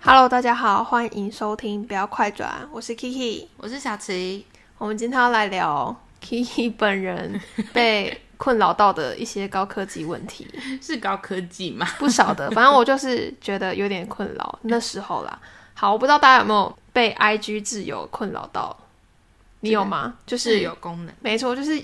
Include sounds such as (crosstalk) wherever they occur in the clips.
Hello，大家好，欢迎收听《不要快转》，我是 Kiki。我是小琪。我们今天要来聊 Kiki 本人被困扰到的一些高科技问题，是高科技吗？不少的，反正我就是觉得有点困扰那时候啦。好，我不知道大家有没有被 IG 自由困扰到，你有吗？就是是有功能，没错，就是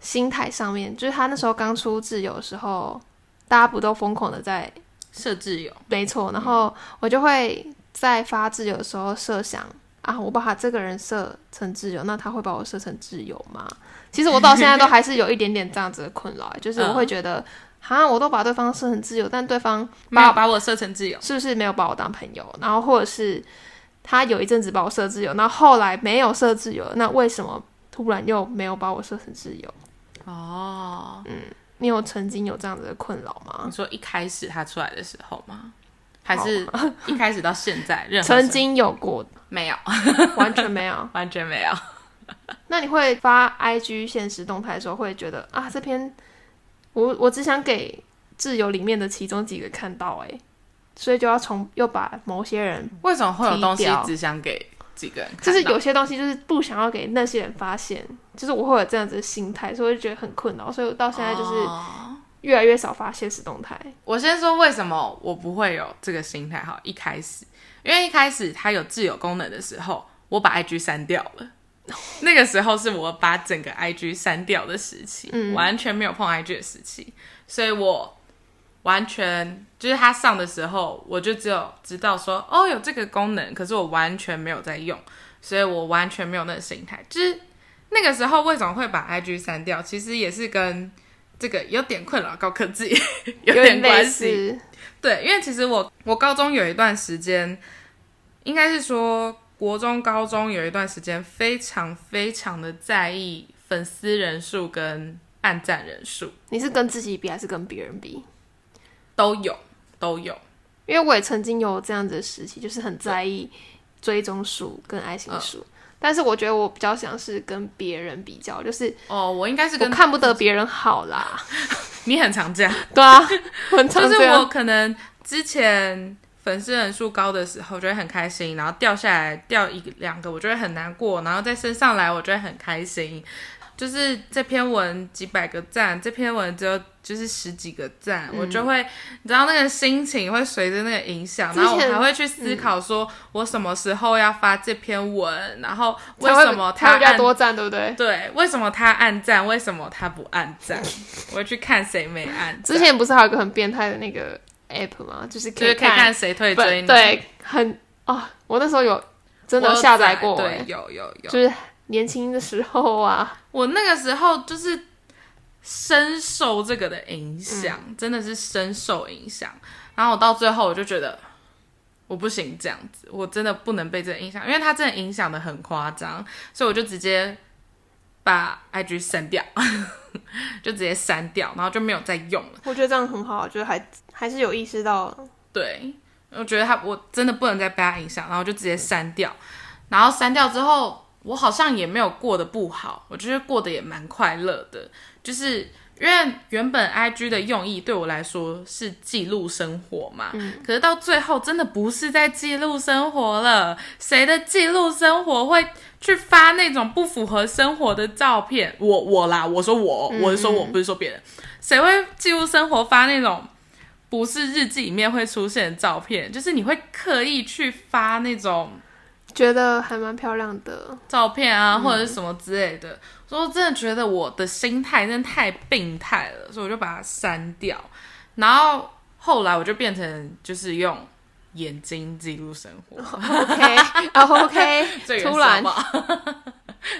心态上面，就是他那时候刚出自由的时候，大家不都疯狂的在设置有，没错，然后我就会在发自由的时候设想啊，我把这个人设成自由，那他会把我设成自由吗？其实我到现在都还是有一点点这样子的困扰，就是我会觉得， (laughs) 啊，我都把对方设成自由，但对方没把有我把我设成自由，是不是没有把我当朋友？然后或者是他有一阵子把我设自由，那后来没有设自由，那为什么突然又没有把我设成自由？嗯哦，你有曾经有这样子的困扰吗 (laughs) 你？说一开始他出来的时候吗？还是 (laughs) 一开始到现在，任何时候曾经有过， (laughs) 没有，完全没有。完全没有。那你会发 IG 现实动态的时候，会觉得啊，这篇我我只想给挚友里面的其中几个看到、欸，所以就要从又把某些人，为什么会有东西低调只想给几个人看到？就是有些东西就是不想要给那些人发现，就是我会有这样子的心态，所以我就觉得很困扰，所以我到现在就是哦越来越少发现实动态。我先说为什么我不会有这个心态哈，一开始，因为一开始它有自由功能的时候，我把 IG 删掉了。 (laughs) 那个时候是我把整个 IG 删掉的时期，完全没有碰 IG 的时期，所以我完全就是它上的时候，我就只有知道说哦有这个功能，可是我完全没有在用，所以我完全没有那个心态。就是那个时候为什么会把 IG 删掉，其实也是跟这个有点困扰高科技 (laughs) 有点类关系，似，对，因为其实我我高中有一段时间，应该是说国中、高中有一段时间，非常非常的在意粉丝人数跟按赞人数你是跟自己比还是跟别人比？都有都有。因为我也曾经有这样子的时期，就是很在意追踪数跟爱心数，但是我觉得我比较像是跟别人比较，就是哦，我应该是我跟看不得别人好啦，你很常这样，对啊，我很常 (laughs) 就是这样我可能之前粉丝人数高的时候，就会很开心，然后掉下来掉一两个，我就会很难过，然后再升上来，我就会很开心。就是这篇文几百个赞，这篇文只有就是十几个赞，嗯我就会，你知道那个心情会随着那个影响，之前然后我还会去思考说，我什么时候要发这篇文，然后为才会什么才嗯他会比较按多赞，对不对？对，为什么他按赞，为什么他不按赞， (laughs) 我会去看谁没按赞，之前不是还有一个很变态的那个 app 吗？就是就可以是可以看谁退追本你，对，很啊、我那时候有真我的有下载过、对欸，，有有有。就是年轻的时候啊，我那个时候就是深受这个的影响，真的是深受影响。然后我到最后我就觉得我不行这样子，我真的不能被这个影响，因为它真的影响的很夸张，所以我就直接把 IG 删掉， (laughs) 就直接删掉，然后就没有再用了。我觉得这样很好，就是还还是有意识到对，我觉得他我真的不能再被他影响，然后就直接删掉。然后删掉之后，我好像也没有过得不好，我觉得过得也蛮快乐的，就是。因为原本 I G 的用意对我来说是记录生活嘛，可是到最后真的不是在记录生活了。谁的记录生活会去发那种不符合生活的照片？我我啦，我说我，我是说我，不是说别人。谁会记录生活发那种不是日记里面会出现的照片，就是你会刻意去发那种觉得还蛮漂亮的，照片啊，嗯或者是什么之类的。所以我真的觉得我的心态真的太病态了，所以我就把它删掉。然后后来我就变成就是用眼睛记录生活， OK 啊 (laughs) OK，最原始哦突好然不好 (laughs)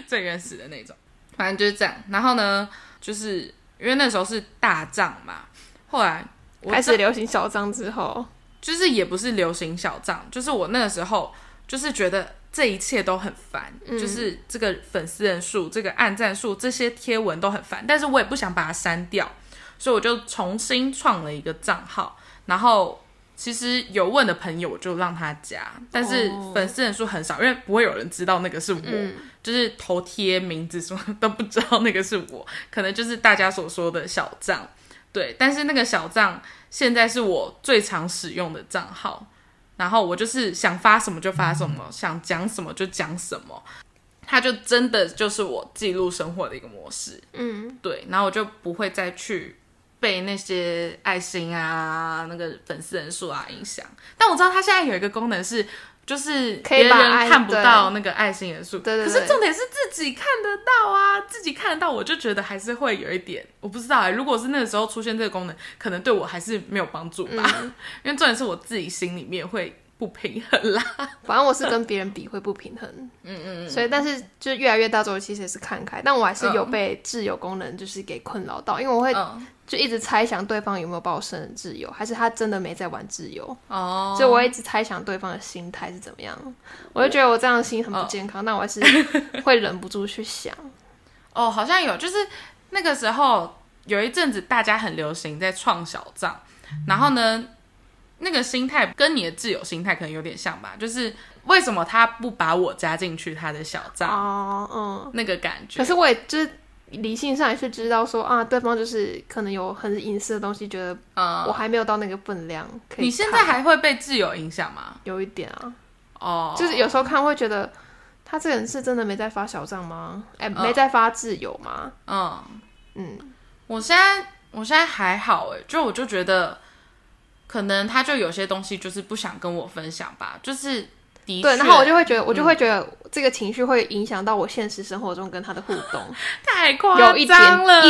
最原始的那种，反正就是这样。然后呢，就是因为那时候是大账嘛，后来我开始流行小张之后，就是也不是流行小账，就是我那个时候就是觉得这一切都很烦，就是这个粉丝人数、这个按赞数、这些贴文都很烦，但是我也不想把它删掉，所以我就重新创了一个账号，然后。其实有问的朋友我就让他加，但是哦粉丝人数很少，因为不会有人知道那个是我，就是头贴名字什么都不知道那个是我， (laughs) 可能就是大家所说的小账。对，但是那个小账现在是我最常使用的账号，然后我就是想发什么就发什么，想讲什么就讲什么，它就真的就是我记录生活的一个模式。嗯，对，然后我就不会再去被那些爱心啊、那个粉丝人数啊影响。但我知道它现在有一个功能是，就是可以别人把爱看不对到那个爱心人数，对对可对是重点是自己看得到啊，自己看得到，我就觉得还是会有一点，我不知道哎、如果是那个时候出现这个功能，可能对我还是没有帮助吧， (laughs) 因为重点是我自己心里面会不平衡啦。反正我是跟别人比会不平衡， (laughs) 嗯嗯，所以但是就越来越大之后，其实也是看开，但我还是有被挚友功能就是给困扰到，因为我会嗯，就一直猜想对方有没有把我升成挚友，还是他真的没在玩挚友，哦，所以我会一直猜想对方的心态是怎么样，我就觉得我这样的心很不健康，但我还是会忍不住去 (laughs) 想，哦，好像有，就是那个时候有一阵子大家很流行在创小账，然后呢，那个心态跟你的挚友心态可能有点像吧，就是为什么他不把我加进去他的小账、哦，嗯，那个感觉可。是我也就是理性上也是知道说啊，对方就是可能有很隐私的东西，觉得嗯，我还没有到那个分量，可以你现看在还会被挚友影响吗？有一点啊，哦，就是有时候看会觉得他这个人是真的没在发小账吗？哎、嗯没在发自由吗？嗯。嗯，我现在我现在还好哎，就我就觉得，可能他就有些东西就是不想跟我分享吧，就是的确，对，然后我就会觉嗯得，我就会觉得这个情绪会影响到我现实生活中跟他的互 (laughs) 动太夸有一点张了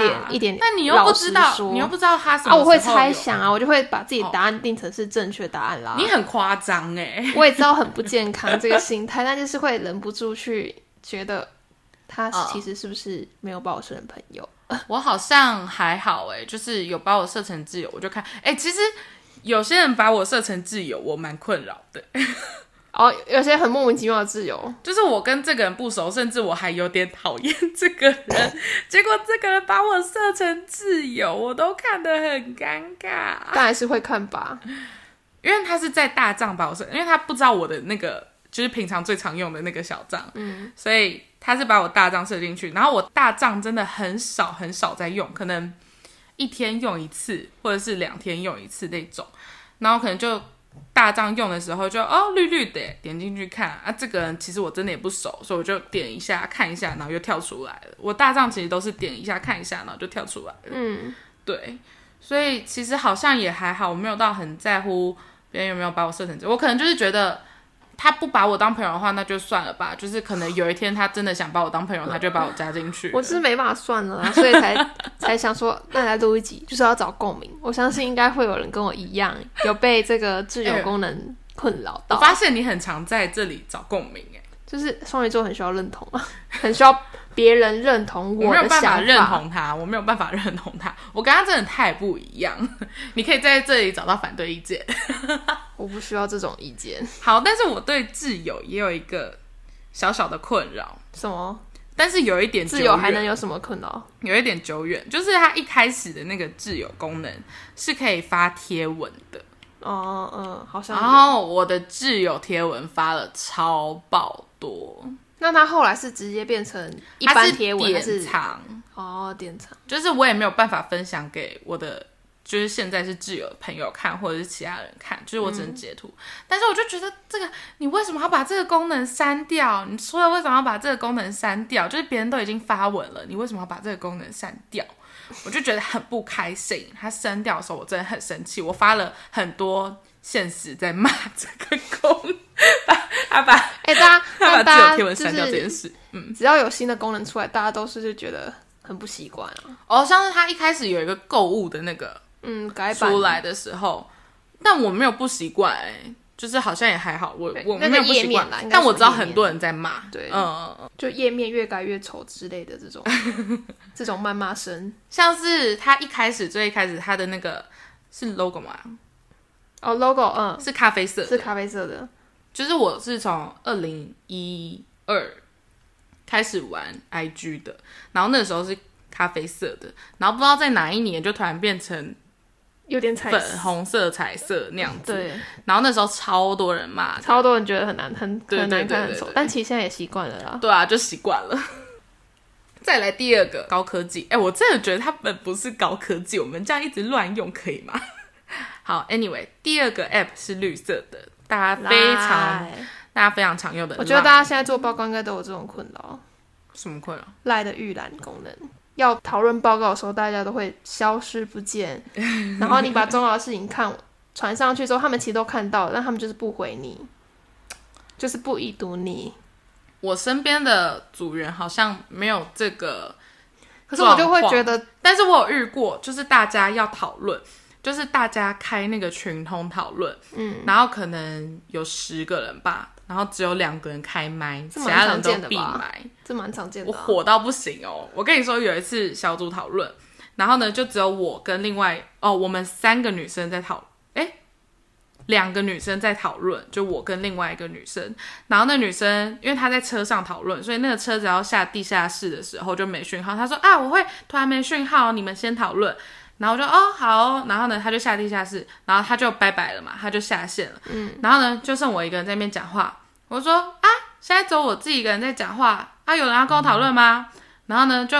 一点点一点点但你又不知老道实，说你又不知道他什么时啊，候有我哦会猜，想啊，我就会把自己答案定成是正确答案啦。你很夸张哎。 (laughs) 我也知道很不健康这个心态，但就是会忍不住去觉得他哦其实是不是没有把我成为朋友？我好像还好哎，就是有把我设成挚友，我就看哎，其实有些人把我设成挚友，我蛮困扰的，哦，有些很莫名其妙的自由，就是我跟这个人不熟，甚至我还有点讨厌这个人，结果这个人把我设成挚友，我都看得很尴尬。但还是会看吧。因为他是在大账把我设，因为他不知道我的那个就是平常最常用的那个小账，嗯，所以他是把我大账设进去，然后我大账真的很少很少在用，可能一天用一次或者是两天用一次那种，然后可能就大账用的时候就哦绿绿的耶点进去看啊，这个人其实我真的也不熟，所以我就点一下看一下，然后又跳出来了。我大账其实都是点一下看一下，然后就跳出来了。嗯，对，所以其实好像也还好，我没有到很在乎别人有没有把我设成这，我可能就是觉得他不把我当朋友的话，那就算了吧。就是可能有一天他真的想把我当朋友，他就把我加进去了。我是没办法算了啦，所以才 (laughs) 才想说，那来录一集，就是要找共鸣。我相信应该会有人跟我一样，有被这个自由功能困扰我到。发现你很常在这里找共鸣，哎，就是双鱼座很需要认同啊， (laughs) 很需要别人认同我没有的办想法。法认同他，我没有办法认同他，我跟他真的太不一样。 (laughs) 你可以在这里找到反对意见。我不需要这种意见。好，但是我对挚友也有一个小小的困扰，什么但是有一点自由久还远能有什么困扰？有一点久远，就是它一开始的那个挚友功能是可以发贴文的，哦，嗯，好像然有。后我的挚友贴文发了超爆多，那他后来是直接变成一它般是贴文还是典？藏，哦，典藏。就是我也没有办法分享给我的，就是现在是挚友的朋友看或者是其他人看，就是我只能截图。嗯但是我就觉得这个，你为什么要把这个功能删掉？你说了为什么要把这个功能删掉？就是别人都已经发文了，你为什么要把这个功能删掉？我就觉得很不开心。他删掉的时候，我真的很生气。我发了很多现实在骂这个功能，他把哎、大家， (laughs) 他那把他把挚大家友贴就文删掉这件是事。只要有新的功能出来，大家都是就觉得很不习惯啊。哦，像是他一开始有一个购物的那个嗯，改版出来的时候，但我没有不习惯哎、就是好像也还好，我对我那个没有不页习面惯啦应，该但是我知道页面很多人在骂，对嗯嗯，嗯哦就页面越改越丑之类的这 (laughs) 种这种谩骂声。像是他一开始最一开始他的那个是 logo 嘛，哦，logo，嗯，是咖啡色的，是咖啡色的。就是我是从二零一二开始玩 IG 的，然后那个时候是咖啡色的，然后不知道在哪一年就突然变成有点彩粉红色、彩色那样子，对，然后那时候超多人骂的，超多人觉得很难，很对很难对对看，很对丑对。但其实现在也习惯了啦。对啊，就习惯了。 (laughs) 再来第二个高科技，哎、我真的觉得他们不是高科技，我们这样一直乱用可以吗？ (laughs) 好，anyway，第二个 app 是绿色的，大家非常赖大家非常常用的 Line。我觉得大家现在做报告应该都有这种困扰，什么困扰？赖的预览功能。要讨论报告的时候，大家都会消失不见，然后你把重要的事情看传上去之后，他们其实都看到了，但他们就是不回你，就是不已读你。我身边的组员好像没有这个，可是我就会状况觉得，但是我有遇过，就是大家要讨论，就是大家开那个群通讨论，嗯，然后可能有十个人吧，然后只有两个人开麦，这其蛮他人都常见的吧闭麦，这蛮常见我的啊、火到不行哦！我跟你说，有一次小组讨论，然后呢，就只有我跟另外哦，我们三个女生在讨，哎，两个女生在讨论，就我跟另外一个女生。然后那女生因为她在车上讨论，所以那个车子要下地下室的时候就没讯号。她说啊，我会突然没讯号，你们先讨论。然后我就哦好哦然后呢，她就下地下室，然后她就拜拜了嘛，她就下线了。嗯，然后呢，就剩我一个人在那边讲话。我说啊，现在只有我自己一个人在讲话啊，有人要跟我讨论吗？然后呢，就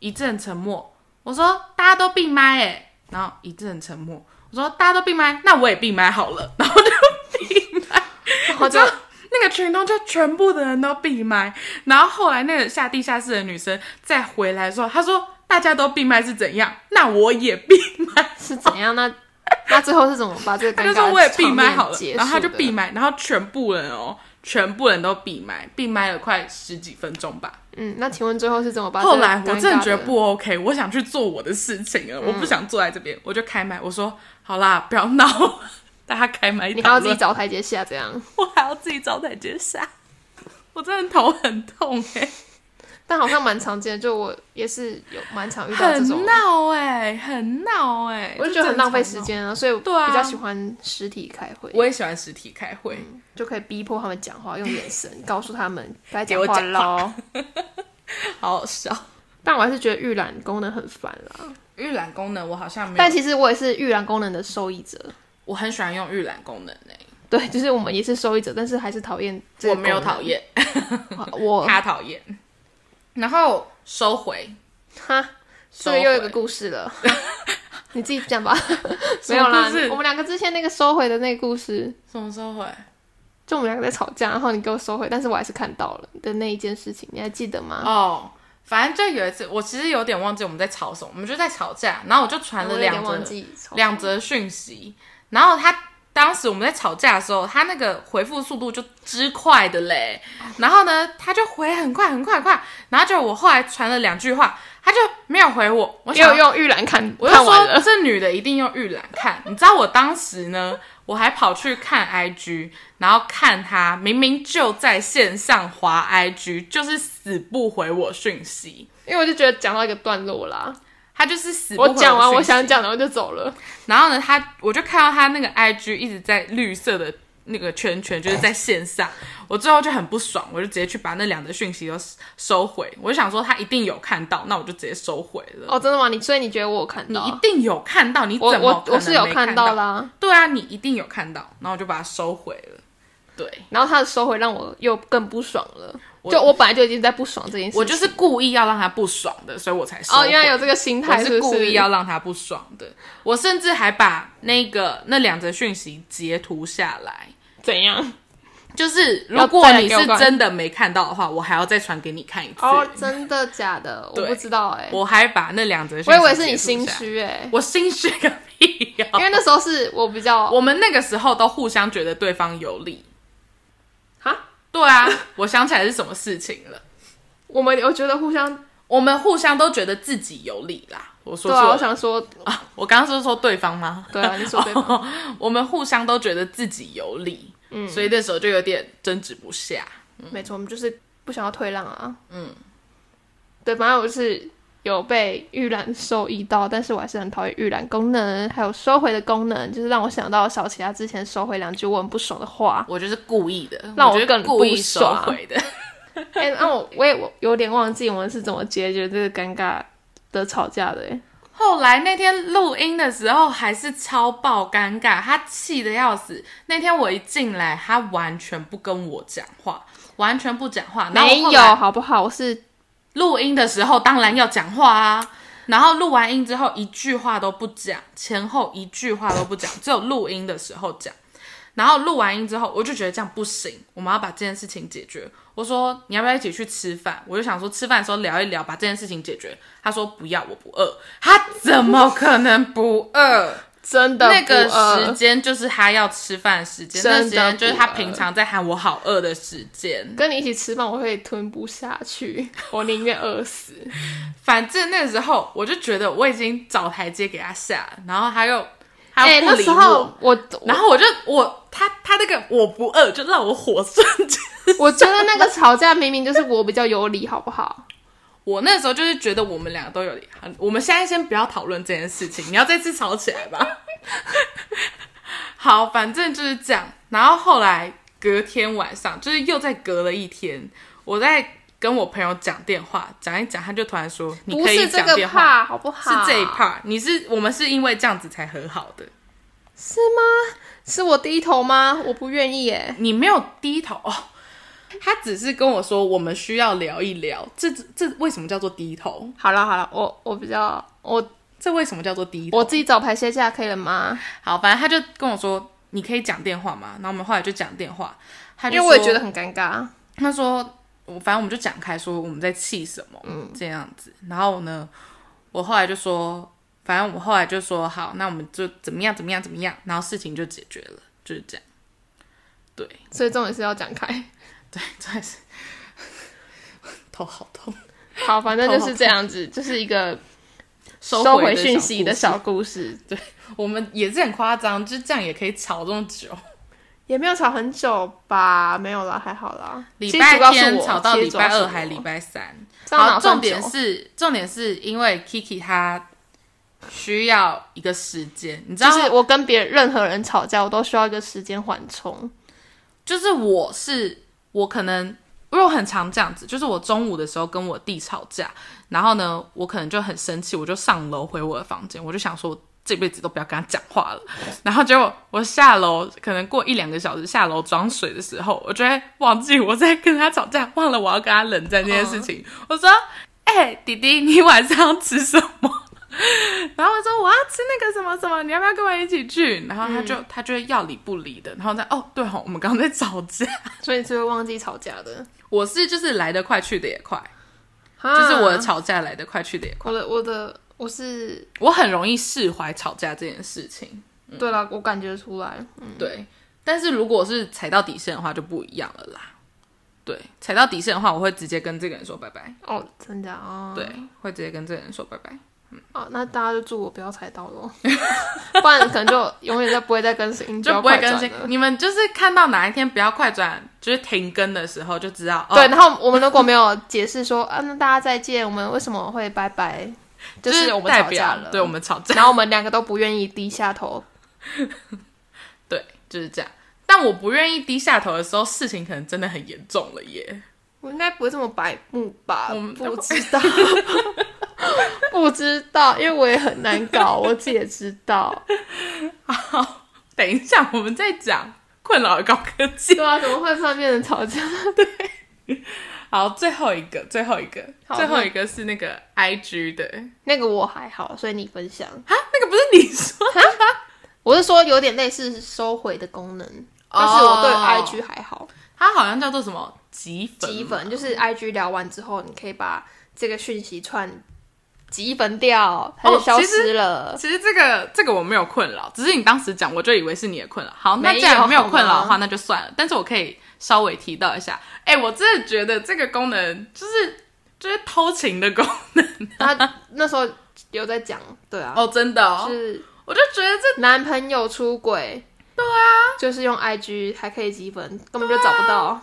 一阵沉默。我说大家都闭麦哎，然后一阵沉默。我说大家都闭麦，那我也闭麦好了。然后我哦就就那个群中就全部的人都闭麦。然后后来那个下地下室的女生再回来说，她说大家都闭麦是怎样？那我也闭麦。是怎样？那那最后是怎么把这个他尴就尬的说我也闭场麦面好了结，然后他就束的闭麦，然后全部人哦，全部人都闭麦，闭麦了快十几分钟吧。嗯，那请问最后是怎么把这个后来我尴真的尬嗯觉得不 OK，我想去做我的事情了，我不想坐在这边，我就开麦，我说好啦，不要闹 (laughs) 了，大家开麦讨论，你还要自己找台阶下，这样。我还要自己找台阶下，我真的头很痛哎、但好像蛮常见的，就我也是有蛮常遇到这种很，闹哎、很闹哎、我就这觉得很正常浪费闹时。间啊，所以我对啊比较喜欢实体开会，我也喜欢实体开会，就可以逼迫他们讲话，用眼 (laughs) 神告诉他们该给讲我话讲喽。好好笑。 (laughs) 但我还是觉得预览功能很烦啦，预览功能我好像没有，但其实我也是预览功能的受益者。我很喜欢用预览功能哎、对，就是我们也是受益者，但是还是讨厌这我个。哦没有讨，厌，好 (laughs) 我他讨厌。然后收回，哈，这收个又有一回个故事 (laughs) 了，你自己讲吧。没有啦什么故事，我们两个之前那个收回的那个故事，什么收回？就我们两个在吵架，然后你给我收回，但是我还是看到了的那一件事情，你还记得吗？哦，反正就有一次，我其实有点忘记我们在吵什么，我们就在吵架，然后我就传我了有两点则忘记吵两则讯息，然后他当时我们在吵架的时候，他那个回复速度就之快的嘞，然后呢，他就回很快很快很快，然后就我后来传了两句话，他就没有回我，我没有想用预览看，我就看完说了。这女的一定用预览看，你知道我当时呢，我还跑去看 IG，然后看她明明就在线上滑 IG，就是死不回我讯息，因为我就觉得讲到一个段落啦，她就是死不我回讲完讯我息想讲的我就走了，然后呢，她我就看到她那个 IG 一直在绿色的那个圈圈，就是在线上，我最后就很不爽，我就直接去把那两个讯息都收回，我就想说她一定有看到，那我就直接收回了。哦，真的吗？你所以你觉得我有看你到？一定有看到，你怎我么我可能我是有没看到到啦，对啊，你一定有看到，然后我就把它收回了。对，然后他的收回让我又更不爽了，就我本来就已经在不爽这件事情，哦我就是故意要让他不爽的，所以我才收回。哦，原来有这个心我态，是是不故是意要让他不爽的。我甚至还把那个那两则讯息截图下来，怎样？就是要如果再来你给我是看真的没看到的话，我还要再传给你看一次。哦，真的假的？我对不知道哎、我还把那两则讯息，我以为是你心，虚哎、我心虚个屁呀、因为那时候是我比较我们那个时候都互相觉得对方有理。哈，对啊，我想起来是什么事情了。我们我觉得互相我们互相都觉得自己有理啦。我说对错啊，我了，哦想说我刚刚是说对方吗？对啊，你说对吧？我们互相都觉得自己有理，嗯，所以那时候就有点争执不下。没错，我们就是不想要退让啊。嗯，对，反正我是有被预览受益到，但是我还是很讨厌预览功能，还有收回的功能，就是让我想到小琪他之前收回两句我很不爽的 (laughs) 话。我就是故意的，让我我就是更故意不收爽啊回的。哎、那我我也我有点忘记我们是怎么解决这个尴尬的吵架的、哎，后来那天录音的时候还是超爆尴尬，他气得要死。那天我一进来，他完全不跟我讲话，完全不讲话。然后没我后有来好不好？我是录音的时候，当然要讲话啊。然后录完音之后一句话都不讲，前后一句话都不讲，只有录音的时候讲。然后录完音之后，我就觉得这样不行，我们要把这件事情解决。我说你要不要一起去吃饭？我就想说吃饭的时候聊一聊，把这件事情解决。他说不要，我不饿。他怎么可能不饿？真的那个不饿时间就是他要吃饭的时间，真那的时间就是他不饿平常在喊我好饿的时间。跟你一起吃饭，我会吞不下 (laughs) 去，我宁愿饿死。反正那时候我就觉得我已经找台阶给他下，然后他又他哎、又不那理时我，候我，然后我就我他他那个我不饿，就让我火瞬间。我觉得那个吵架明明就是我比较有理，好不好？ (laughs) 我那时候就是觉得我们两个都有理，好我们现在先不要讨论这件事情，你要再次吵起来吧。 (laughs) 好，反正就是这样。然后后来隔天晚上，就是又再隔了一天，我在跟我朋友讲电话，讲一讲，他就突然说：“你不可以是这讲个电话。”怕，好不是好？这一 part，你是我们是因为这样子才和好的，是吗？是我低头吗？我不愿意耶。你没有低头哦。他只是跟我说我们需要聊一聊，这这为什么叫做低头？好了好了，我我比较我这为什么叫做低头？我自己找牌歇假可以了吗？好，反正他就跟我说你可以讲电话嘛，然后我们后来就讲电话，他因就为我也说觉得很尴尬。他说，我反正我们就讲开说我们在气什么，嗯，这样子。然后呢，我后来就说，反正我后来就说好，那我们就怎么样怎么样怎么样，然后事情就解决了，就是这样。对，所以重点是要讲开。对，真的是头好痛。 (laughs) 好，反正就是这样子，就是一个收回回的讯小息故的事，小故事，我们也是很夸张，就这样也可以吵这么久。也没有吵很久吧？没有啦，还好啦。礼其实拜主要是天我吵到其礼实主要拜是二我还礼拜三，这样好，哪算重点久是重点是因为 Kiki 她需要一个时间，你知就道，是我跟别人任何人吵架，我都需要一个时间缓冲。就是我是我可能因为我很常这样子，就是我中午的时候跟我弟吵架，然后呢，我可能就很生气，我就上楼回我的房间，我就想说。我这辈子都不要跟他讲话了。 (laughs) 然后结果我下楼，可能过一两个小时下楼装水的时候，我就会忘记我在跟他吵架，忘了我要跟他冷战这件事情。我说：“哎、弟弟，你晚上要吃什么？” (laughs) 然后我说我要吃那个什么什么，你要不要跟我一起去？然后他就、他就会要理不理的，然后再哦对哦，我们刚刚在吵架，所以你是会忘记吵架的。我是就是来得快去得也快，就就是我的吵架来得快去得也快，我的我的我是、我很容易释怀吵架这件事情，对了，我感觉出来。对。但是如果是踩到底线的话就不一样了啦，对，踩到底线的话，我会直接跟这个人说拜拜，哦，真的啊、哦，对，会直接跟这个人说拜拜。哦，那大家就祝我不要踩到咯， (laughs) 不然可能就永远就不会再更新，就不会更新新。。你们就是看到哪一天不要快转，就是停更的时候就知道。哦、对，然后我们如果没有解释说啊，那大家再见，我们为什么会拜拜，就就是是我们代吵表架了，对我，们吵架，然后我们两个都不愿意低下头，对，就是这样。但我不愿意低下头的时候，事情可能真的很严重了耶。我应该不会这么白目吧？我们不知道， (laughs) 不知道，因为我也很难搞，我自己也知道。 (laughs) 等一下，我们再讲困扰的高科技。对啊，怎么会突然变成吵架？好，最后一个，最后一个，好最后一个是那个 I G 的啊，那个我还好，所以你分享。那个不是你说的吗？我是说有点类似收回的功能，但是我对哦 IG 还好。它好像叫做什么集粉积分就是 IG 聊完之后，你可以把这个讯息串积分掉，它就消失了。哦其实这个这个我没有困扰，只是你当时讲，我就以为是你的困扰。好，那没有既然没有困扰的好话，吗那就算了。但是我可以稍微提到一下，哎、我真的觉得这个功能就是就是偷情的功能他那时候有在讲，对啊， (laughs) 哦，真的、哦，是我就觉得这男朋友出轨，对啊，就是用 IG 还可以积分，根啊本就找不到。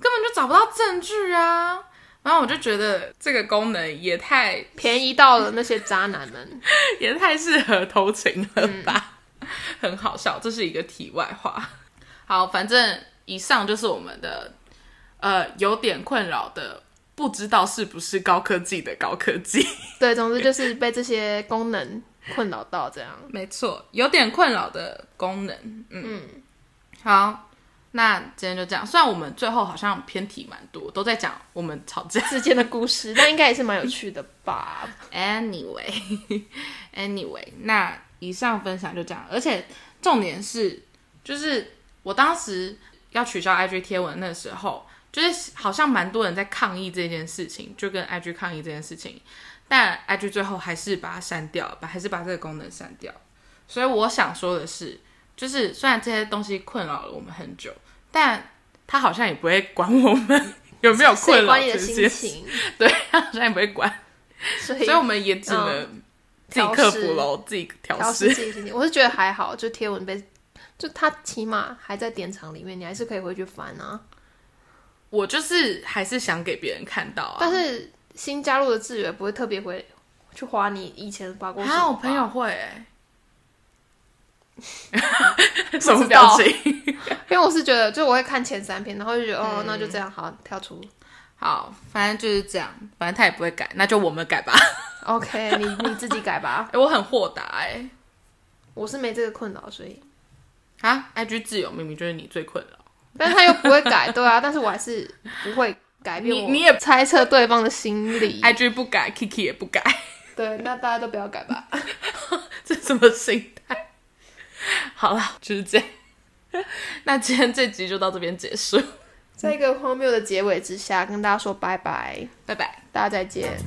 根本就找不到证据啊。然后我就觉得这个功能也太便宜到了那些渣男们， (laughs) 也太适合偷情了吧，嗯很好笑。这是一个题外话。好，反正以上就是我们的呃有点困扰的，不知道是不是高科技的高科 (laughs) 技。对，总之就是被这些功能困扰到这样。嗯没错，有点困扰的功能。嗯，好，那今天就这样，虽然我们最后好像偏题蛮多，都在讲我们吵架。 (laughs) 之间的故事，那应该也是蛮有趣的 (laughs) 吧？ Anyway，Anyway，那以上分享就这样。而且重点是，就是我当时要取消 IG 贴文的时候，就是好像蛮多人在抗议这件事情，就跟 IG 抗议这件事情。但 IG 最后还是把它删掉，把还是把这个功能删掉。所以我想说的是，就是虽然这些东西困扰了我们很久，但它好像也不会管我们 (laughs) 有没有谁困扰管你这的些心事， (laughs) 情？它好像也不会管。所以所以我们也只能自己克服喽，自己嗯调调试试。自己心情。我是觉得还好，就贴文被，就它起码还在典藏里面，你还是可以回去翻啊。我就是还是想给别人看到啊。但是新加入的志远不会特别回去花你以前发过什么啊，吧我朋友会、 (laughs) 欸，什道么表情？因为我是觉得，就我会看前三篇，然后就觉得、哦，嗯那就这样，好跳出。好，反正就是这样，反正他也不会改，那就我们改吧。 (laughs) OK，你你自己改吧，哎、我很豁达哎、我是没这个困扰，所以，啊，IG 自由明明就是你最困扰，但是他又不会改，对啊，但是我还是不会改变你我你也哎猜测对方的心理， ，IG 不改，Kiki 也不改，对，那大家都不要改吧。这什么心态？好了，就是这样。 (laughs) 那今天这集就到这边结束，在一个荒谬的结尾之下，跟大家说拜拜，拜拜。大家再见。